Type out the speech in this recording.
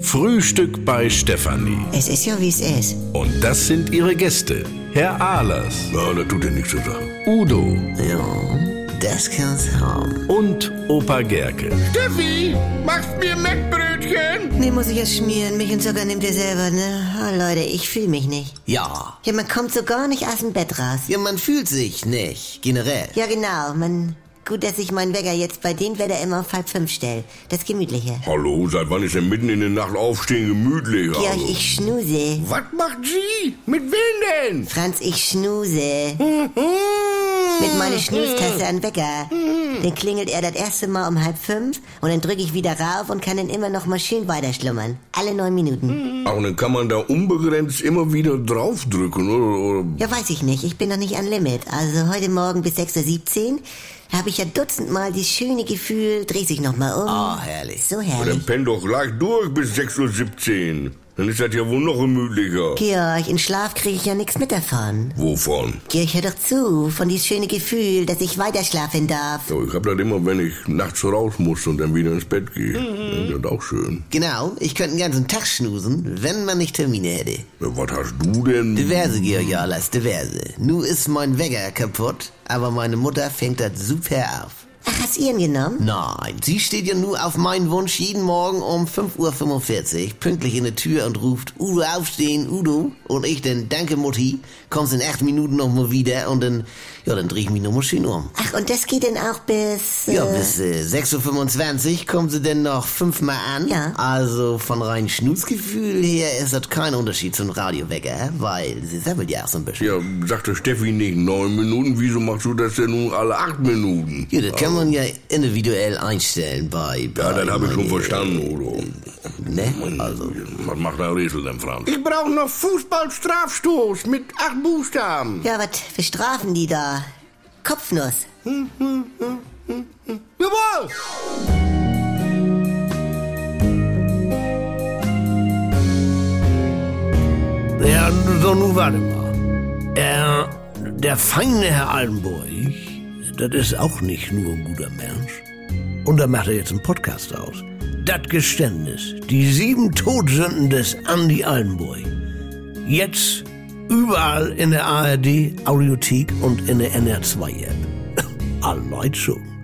Frühstück bei Stefanie. Es ist ja, wie es ist. Und das sind ihre Gäste. Herr Ahlers, Ja, das tut dir nichts zu sagen. Udo Ja, das kann's haben. und Opa Gerke. Steffi, machst mir Mettbrötchen? Nee, muss ich jetzt schmieren. Milch und Zucker nehmt ihr selber, ne? Oh, Leute, ich fühle mich nicht. Ja. Ja, man kommt so gar nicht aus dem Bett raus. Ja, man fühlt sich nicht, generell. Ja, genau. Man, gut, dass ich meinen Wecker jetzt bei dem Wetter immer auf halb fünf stelle. Das Gemütliche. Hallo, seit wann ist denn mitten in der Nacht aufstehen gemütlich? Ja, also? ich schnuse. Was macht sie? Mit wem Franz, ich schnuse. denn? Mit meiner Schnustaste an den Wecker. Dann klingelt er das erste Mal um halb fünf und dann drücke ich wieder rauf und kann dann immer noch mal schön weiter schlummern. Alle neun Minuten. Ach, und dann kann man da unbegrenzt immer wieder draufdrücken, oder? oder? Ja, weiß ich nicht. Ich bin noch nicht an Limit. Also heute Morgen bis 6.17 Uhr habe ich ja dutzendmal dieses schöne Gefühl, dreh sich noch mal um. Ah, herrlich. So Ja, Dann herrlich. penn doch gleich durch bis 6.17 Uhr. Dann ist das ja wohl noch gemütlicher. Georg, in Schlaf kriege ich ja nichts mit davon. Wovon? Georg, hör doch zu, von dieses schöne Gefühl, dass ich weiter schlafen darf. Ja, ich hab das immer, wenn ich nachts raus muss und dann wieder ins Bett gehe. Mhm. Ja, das ist auch schön. Genau, ich könnte den ganzen Tag schnusen, wenn man nicht Termine hätte. Ja, was hast du denn? Diverse, Georg Ahlers, diverse. Nu ist mein Wecker kaputt, aber meine Mutter fängt das super auf. Ach, hast ihr ihn genommen? Nein, sie steht ja nur auf meinen Wunsch jeden Morgen um 5.45 Uhr pünktlich in der Tür und ruft, Udo aufstehen, Udo. Und ich dann, danke Mutti, kommst in acht Minuten nochmal wieder und dann, ja, dann dreh ich mich nochmal schön um. Ach, und das geht dann auch bis... Ja, äh, bis äh, 6.25 Uhr kommen sie denn noch fünfmal an. Ja. Also von rein Schnusgefühl her ist das kein Unterschied zum Radiowecker, weil sie sammelt ja auch so ein bisschen. Ja, sagte Steffi nicht neun Minuten, wieso machst du das denn nun alle acht Minuten? Ja, das kann man ja individuell einstellen bei... bei Ja, das habe ich schon äh, verstanden, Udo. Ne? Also, Was macht der Riesel denn, Franz? Ich brauche noch Fußballstrafstoß mit acht Buchstaben. Ja, was für Strafen die da? Kopfnuss. Jawohl! Ja, so nun warte mal. Äh, der feine Herr Altenburg, das ist auch nicht nur ein guter Mensch. Und da macht er jetzt einen Podcast aus. Das Geständnis, die sieben Todsünden des Andy Altenburg. Jetzt überall in der ARD, Audiothek und in der NR2-App. Alle Ah, Leute schon.